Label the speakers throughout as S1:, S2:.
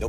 S1: No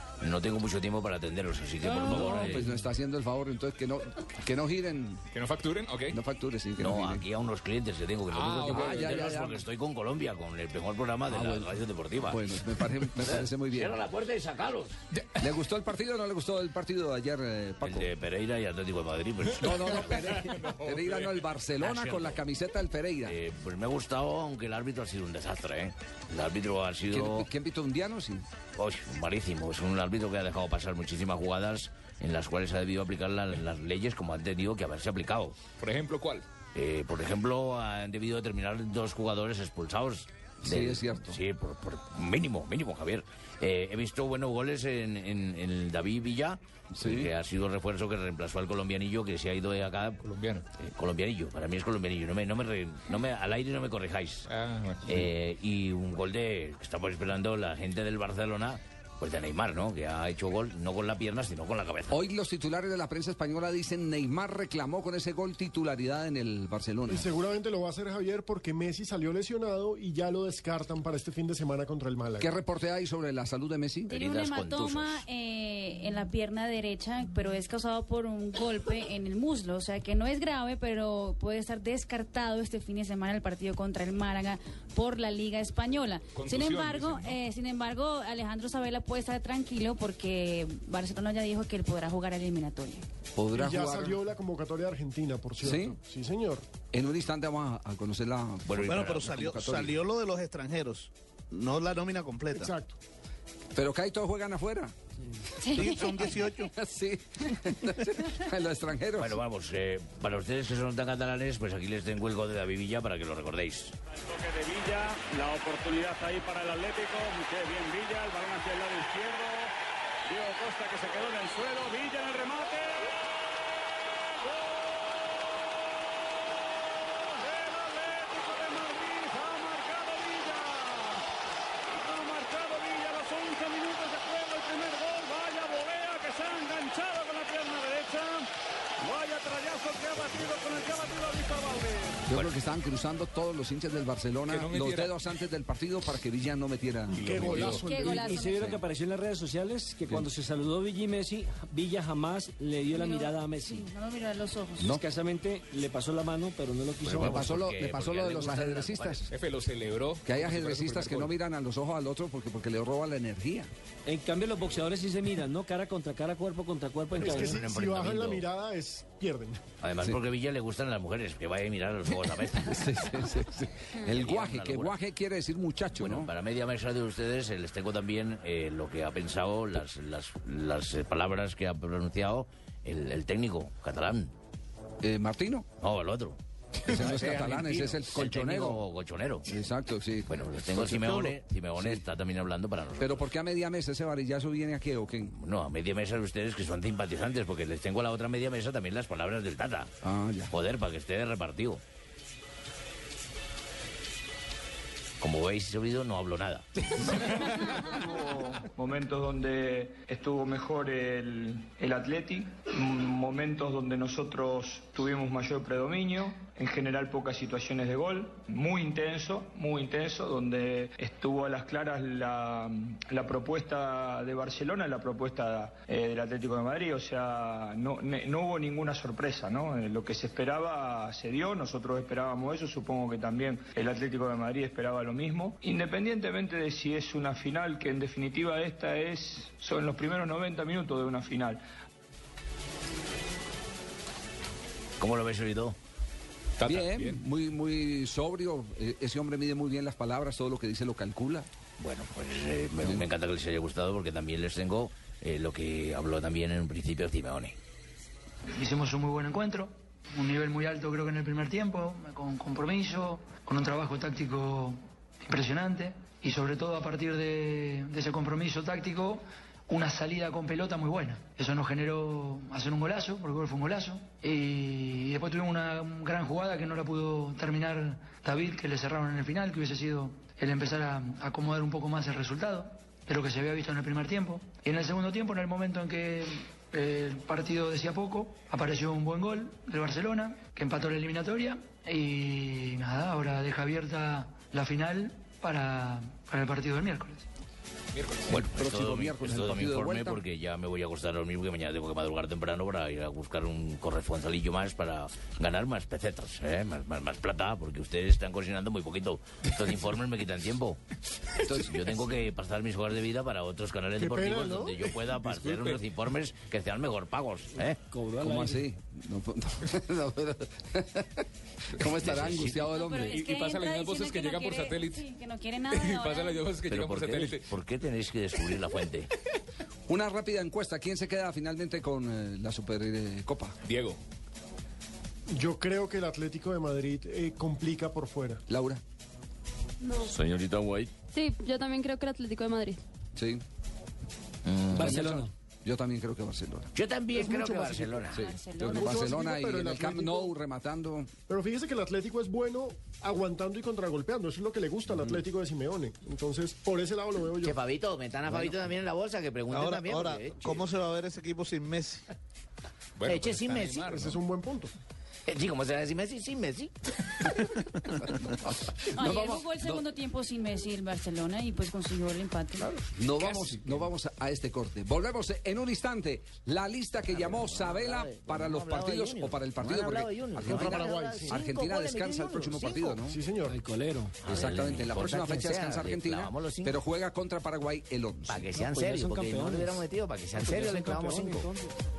S2: no tengo mucho tiempo para atenderlos, así que por favor.
S3: No,
S2: eh,
S3: pues no está haciendo el favor, entonces que no, que no giren,
S4: Que no facturen, ok.
S3: no factures, sí, que no,
S2: no,
S3: giren.
S2: aquí a unos clientes que tengo que no
S4: Ah,
S2: tengo tiempo
S4: ok,
S2: para
S3: ya, ya,
S2: atenderlos
S3: ya. Ah,
S2: porque estoy con Colombia, con el mejor programa de la radio deportiva.
S3: Bueno, Pues, me parece, me parece muy bien.
S2: Cierra la puerta y sacalos.
S3: ¿Le gustó el partido o no le gustó el partido de ayer, eh,
S2: El
S3: Paco?
S2: de Pereira y Atlético de Madrid. Pues,
S3: No, no, no, Pereira, Pereira no, el Barcelona con la camiseta del Pereira.
S2: eh, pues me ha gustado, aunque el árbitro ha sido un desastre. ¿eh? El árbitro ha sido
S3: ¿Quién, quién pitó un diano? Sí.
S2: uy, malísimo. Es un árbitro que ha dejado pasar muchísimas jugadas en las cuales ha debido aplicar la- las leyes como han tenido que haberse aplicado.
S4: Por ejemplo, ¿cuál?
S2: Eh, por ejemplo, han debido determinar dos jugadores expulsados.
S3: Sí, es cierto.
S2: Sí, por, por mínimo, mínimo, Javier. Eh, he visto buenos goles en, en- en el David Villa,
S3: Sí.
S2: que ha sido el refuerzo que reemplazó al colombianillo que se ha ido de acá.
S4: Colombiano.
S2: Eh, colombianillo, para mí es colombianillo. No me, no me, re- no me- al aire no me corrijáis.
S4: Ah, bueno.
S2: Eh, y un gol de que estamos esperando la gente del Barcelona, pues de Neymar, ¿no? Que ha hecho gol no con la pierna, sino con la cabeza.
S3: Hoy los titulares de la prensa española dicen Neymar reclamó con ese gol titularidad en el Barcelona.
S5: Y seguramente lo va a hacer Javier porque Messi salió lesionado y ya lo descartan para este fin de semana contra el Málaga.
S3: ¿Qué reporte hay sobre la salud de Messi?
S6: Tiene un
S2: Heridas
S6: hematoma
S2: contusas.
S6: eh, en la pierna derecha, pero es causado por un golpe en el muslo. O sea que no es grave, pero puede estar descartado este fin de semana el partido contra el Málaga por la Liga Española. Sin
S4: Contusión,
S6: embargo,
S4: dicen,
S6: eh, sin embargo, Alejandro Sabela puede estar tranquilo porque Barcelona ya dijo que él podrá jugar el eliminatoria.
S3: ¿Podrá
S5: Y ya
S3: jugar?
S5: salió la convocatoria de Argentina, por cierto. Sí, señor.
S3: En un instante vamos a, a conocer la...
S2: Bueno, y
S7: Bueno,
S2: para-
S7: pero salió,
S3: convocatoria.
S7: salió lo de los extranjeros, no la nómina completa.
S5: Exacto.
S3: Pero que ahí todos juegan afuera.
S7: Sí, son 18.
S3: Sí. en los extranjeros.
S2: Bueno, vamos, eh, para ustedes que son tan catalanes, pues aquí les tengo el gol de David Villa para que lo recordéis.
S8: El toque de Villa, la oportunidad ahí para el Atlético, qué bien Villa, el balón hacia el lado izquierdo, Diego Costa que se quedó en el suelo, Villa en el remate. ¡Gol! ¡El Atlético de Madrid! ¡Ha marcado Villa! ¡Ha marcado Villa a los 11 minutos de juego el primer gol! ¡Vaya volea que se ha enganchado con la pierna derecha! ¡Vaya trayazo que ha batido con el que ha batido a Víctor Valdés!
S3: Yo creo que estaban cruzando todos los hinchas del Barcelona
S4: Que no
S3: los
S4: metiera.
S3: dedos antes del partido para que Villa no metiera.
S5: Qué golazo.
S6: Qué
S5: el de-
S6: golazo.
S9: Y se vieron que apareció en las redes sociales que cuando se saludó Villa y Messi, Villa jamás le dio la
S6: Miró-
S9: mirada a Messi.
S6: sí, no lo miró a los ojos.
S3: No.
S9: Escasamente le pasó la mano, pero no lo quiso.
S3: Le
S2: Bueno,
S3: pasó lo,
S2: porque-
S3: le pasó
S2: porque
S3: lo
S2: a él
S3: de
S2: le
S3: los
S2: gustan las
S3: ajedrecistas.
S4: Jefe, lo celebró.
S3: Que
S4: como
S3: hay
S4: si fuera su
S3: ajedrecistas que no
S4: primer
S3: miran a los ojos al otro porque, porque le roban la energía.
S9: En cambio, los boxeadores sí se miran, ¿no? Cara contra cara, cuerpo contra cuerpo. En
S5: Es que
S9: cadena.
S5: si,
S2: un
S5: si bajan
S2: enfrentamiento.
S5: la mirada, es pierden.
S2: Además, porque a Villa le gustan las mujeres, que vaya a mirar a los ojos a Mm. vez.
S3: Sí, sí, sí, sí. El guaje, que guaje quiere decir muchacho,
S2: Bueno,
S3: ¿no?
S2: para media mesa de ustedes eh, les tengo también eh, lo que ha pensado, las, las, las eh, palabras que ha pronunciado el, el técnico catalán.
S3: Eh, Martino,
S2: No, el otro.
S3: ese no es catalán, ese es el colchonero.
S2: técnico colchonero.
S3: Exacto, sí.
S2: Bueno, les tengo a Simeone. Simeone está también hablando para nosotros.
S3: Pero ¿por qué a media mesa ese varillazo viene aquí o qué?
S2: No, a media mesa de ustedes que son simpatizantes, porque les tengo a la otra media mesa también las palabras del Tata.
S3: Ah, ya.
S2: Joder, para que esté repartido. Como veis, oído, no hablo nada.
S10: Hubo momentos donde estuvo mejor el, el Atleti, m- momentos donde nosotros tuvimos mayor predominio, en general pocas situaciones de gol, muy intenso, muy intenso, donde estuvo a las claras la, la propuesta de Barcelona, la propuesta eh, del Atlético de Madrid, o sea, no, ne- no hubo ninguna sorpresa, ¿no? Eh, Lo que se esperaba se dio, nosotros esperábamos eso, supongo que también el Atlético de Madrid esperaba lo mismo. Independientemente de si es una final, que en definitiva esta es, son los primeros 90 minutos de una final.
S2: ¿Cómo lo ves, oído?
S4: gol. Tata,
S3: Bien, muy muy sobrio. Eh, Ese hombre mide muy bien las palabras, todo lo que dice lo calcula.
S2: Bueno, pues eh, me, me encanta que les haya gustado porque también les tengo eh, lo que habló también en un principio Simeone.
S10: Hicimos un muy buen encuentro, un nivel muy alto creo que en el primer tiempo, con compromiso, con un trabajo táctico impresionante. y sobre todo a partir de, de ese compromiso táctico, una salida con pelota muy buena. Eso nos generó hacer un golazo, porque el gol fue un golazo. Y después tuvimos una gran jugada que no la pudo terminar David, que le cerraron en el final, que hubiese sido el empezar a acomodar un poco más el resultado de lo que se había visto en el primer tiempo. Y en el segundo tiempo, en el momento en que eh, el partido decía poco, apareció un buen gol del Barcelona, que empató la eliminatoria. Y nada, ahora deja abierta la final para, para el partido del miércoles.
S2: Bueno, pues
S3: Próximo
S2: todo mi-
S3: miércoles,
S2: es todo
S3: el
S2: mi
S3: partido de
S2: informe
S3: vuelta.
S2: porque ya me voy a acostar lo mismo que mañana tengo que madrugar temprano para ir a buscar un corresponsalillo más para ganar más pesetas, ¿eh? más, más- más plata, porque ustedes están cocinando muy poquito. Estos informes me quitan tiempo. Entonces, yo tengo que pasar mis horas de vida para otros canales
S5: Qué pena,
S2: deportivos
S5: ¿no?
S2: donde yo pueda hacer
S5: Disculpe.
S2: unos informes que sean mejor pagos. ¿eh?
S3: ¿Cómo así? No, pu- no, pero- ¿Cómo estará
S2: Necesito-
S3: angustiado el
S6: Pero
S3: hombre?
S6: es
S4: y pasa
S6: entra
S4: las mismas
S6: diciendo
S4: voces que
S6: no
S4: llegan por
S6: quiere-
S4: satélite.
S6: sí, que no quiere nada. ahora.
S4: Pasa las llamadas que
S2: Pero
S4: llegan por
S2: ¿por qué,
S4: satélite.
S2: por qué tenéis que descubrir la fuente?
S3: Una rápida encuesta. ¿Quién se queda finalmente con eh, la Supercopa?
S4: Diego.
S5: Yo creo que el Atlético de Madrid eh, complica por fuera.
S3: Laura.
S2: Señorita White.
S11: Sí, yo también creo que el Atlético de Madrid.
S3: Sí.
S9: Barcelona.
S3: Yo también creo que Barcelona.
S2: Yo también
S5: Es
S2: creo
S5: mucho
S2: que
S5: más
S2: Barcelona.
S3: Sí. Yo creo que
S5: Mucho
S3: Barcelona
S5: más
S3: y
S5: equipo, pero
S3: en
S5: el
S3: el Camp
S5: Atlético-
S3: Nou rematando.
S5: Pero fíjese que el Atlético es bueno aguantando y contragolpeando. Eso es lo que le gusta al Atlético de Simeone. Entonces, por ese lado lo veo yo.
S2: Che, Fabito, metan a Fabito también en la bolsa, que pregunten
S7: Ahora,
S2: también.
S7: ahora
S2: porque, eh,
S7: ¿cómo se va a ver ese equipo sin Messi?
S4: Bueno,
S2: Eche
S4: pues,
S2: sin
S4: está
S2: Messi.
S4: Neymar,
S5: Ese
S4: ¿no?
S5: es un buen punto.
S2: Eh, Sí, ¿cómo se va a decir Messi? Sí, Messi.
S6: No,
S3: Nos
S6: ayer
S3: vamos-
S6: jugó el segundo tiempo sin Messi el Barcelona y pues consiguió el empate.
S3: No vamos, no vamos a, a este corte. Volvemos en un instante. La lista que llamó Sabela para los partidos o para el partido. Porque Argentina, Argentina descansa el próximo partido, ¿no?
S5: Sí, señor.
S9: El colero.
S3: Exactamente. La
S2: importa
S3: próxima
S2: quién
S3: fecha
S2: sea,
S3: descansa
S2: le
S3: Argentina,
S2: clavamos los cinco.
S3: pero juega contra Paraguay el 11.
S2: Para que sean
S9: pues ya
S2: serios,
S9: son
S2: porque no
S9: campeones.
S2: lo hubiéramos metido, para que sean serios, le clavamos cinco.